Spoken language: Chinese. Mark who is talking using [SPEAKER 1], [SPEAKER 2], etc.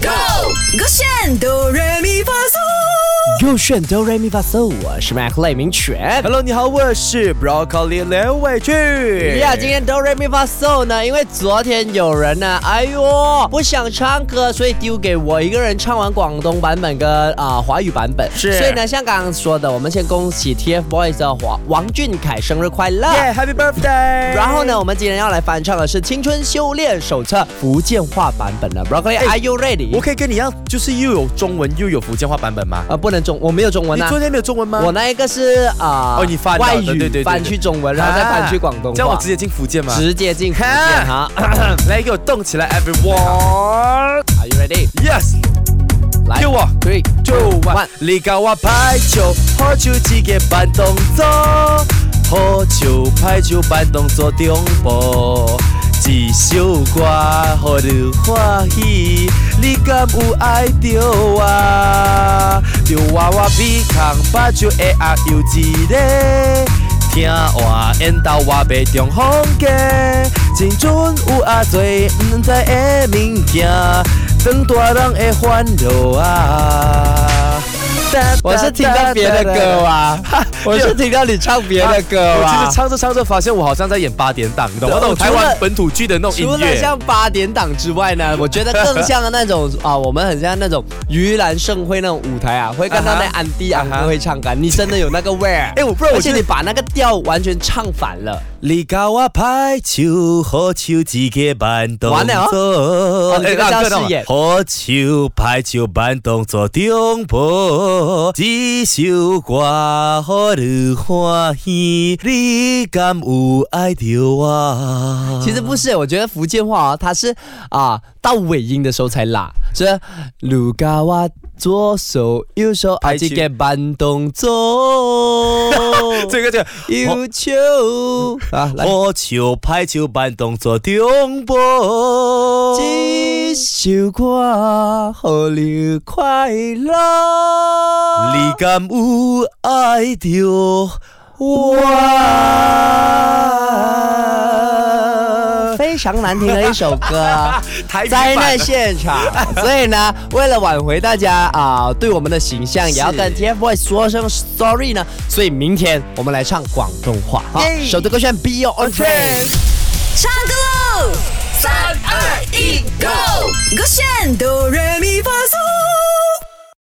[SPEAKER 1] Go，我选哆来咪发嗦。
[SPEAKER 2] 又选哆来咪发嗦，我是麦克雷明犬。
[SPEAKER 3] Hello，你好，我是 Broccoli 刘伟俊。
[SPEAKER 2] 哎呀，今天哆来咪发嗦呢，因为昨天有人呢、哎呦，不想唱歌，所以丢给我一个人唱完广东版本跟啊、华语版本。
[SPEAKER 3] 是
[SPEAKER 2] 所以呢，像刚刚说的，我们先恭喜 TFBOYS 的王王俊凯生日快乐。
[SPEAKER 3] Yeah，Happy Birthday。
[SPEAKER 2] 然后呢，我们今天要来翻唱的是《青春修炼手册》福建话版本的 Broccoli，Are you ready？
[SPEAKER 3] 哎我可以跟你一样，就是又有中文又有福建话版本吗？
[SPEAKER 2] 啊，不能中，我没有中文
[SPEAKER 3] 你
[SPEAKER 2] 啊
[SPEAKER 3] 昨。天没有中文吗？
[SPEAKER 2] 我那一个是啊，
[SPEAKER 3] 哦你翻到
[SPEAKER 2] 外
[SPEAKER 3] 对对对对
[SPEAKER 2] 语
[SPEAKER 3] 对
[SPEAKER 2] 翻去中文，然后再翻去广东话，
[SPEAKER 3] 啊这样我直接进福建吗？
[SPEAKER 2] 直接进福建哈。
[SPEAKER 3] 来，给我动起来，everyone。
[SPEAKER 2] Are you ready？
[SPEAKER 3] Yes。
[SPEAKER 2] 来，
[SPEAKER 3] 给我
[SPEAKER 2] three
[SPEAKER 3] 就
[SPEAKER 2] one
[SPEAKER 3] 玩。你教我排球、喝酒只嘅扮动作，喝酒排球扮动作中步。一首歌，互你欢喜，你敢有爱着我？着我我比空巴就会啊有一个。听话，缘投我袂中风格，真准有啊多，毋知的物件，长大人会烦恼啊。
[SPEAKER 2] 我是听到别的歌啊， 我是听到你唱别的歌
[SPEAKER 3] 我
[SPEAKER 2] 啊
[SPEAKER 3] 其实。唱着唱着发现我好像在演八点档，你懂吗？
[SPEAKER 2] 对
[SPEAKER 3] 那种
[SPEAKER 2] 除
[SPEAKER 3] 台湾
[SPEAKER 2] 了
[SPEAKER 3] 本土剧的那种
[SPEAKER 2] 除
[SPEAKER 3] 音
[SPEAKER 2] 了
[SPEAKER 3] 乐。
[SPEAKER 2] 像八点档之外呢，我觉得更像那 种啊，我们很像那种盂兰盛会那种舞台啊，会看到那
[SPEAKER 3] 啊哈
[SPEAKER 2] 安迪
[SPEAKER 3] 啊
[SPEAKER 2] 安
[SPEAKER 3] 哈
[SPEAKER 2] 哥会唱歌，你真的有那个味儿。
[SPEAKER 3] 哎我不知道我
[SPEAKER 2] 而且
[SPEAKER 3] 觉得
[SPEAKER 2] 你啊把那个调完全唱反了。
[SPEAKER 3] 你教我拍手，好手一个慢动
[SPEAKER 2] 完了
[SPEAKER 3] 作。
[SPEAKER 2] 哦你这个
[SPEAKER 3] 哎
[SPEAKER 2] 叫
[SPEAKER 3] 那
[SPEAKER 2] 饰演
[SPEAKER 3] 好手拍手慢动作中步，一首歌好你欢喜，你敢有爱着我？
[SPEAKER 2] 其实不
[SPEAKER 3] 嗯
[SPEAKER 2] 是，我觉得福建话啊，它是啊到尾音的时候才拉，是鲁嘎哇左手右手阿
[SPEAKER 3] 拍
[SPEAKER 2] 吉
[SPEAKER 3] 起
[SPEAKER 2] 给板动 作，
[SPEAKER 3] 这个就
[SPEAKER 2] 右手啊来
[SPEAKER 3] 好手拍手慢动作中步。
[SPEAKER 2] 这首歌好你快乐。
[SPEAKER 3] 你敢有爱着
[SPEAKER 2] 哇
[SPEAKER 3] 我？
[SPEAKER 2] 非常难听的一首 歌。
[SPEAKER 3] 台语
[SPEAKER 2] 灾难
[SPEAKER 3] 版
[SPEAKER 2] 现场，所以呢，为了挽回大家啊、对我们的形象，也要跟 TFBOYS 说声 sorry 呢。所以明天我们来唱广东话哈，
[SPEAKER 3] 耶
[SPEAKER 2] 首的歌选 Be Your Own Friend。
[SPEAKER 1] 唱歌喽！三二一，Go！我选哆来咪发嗦。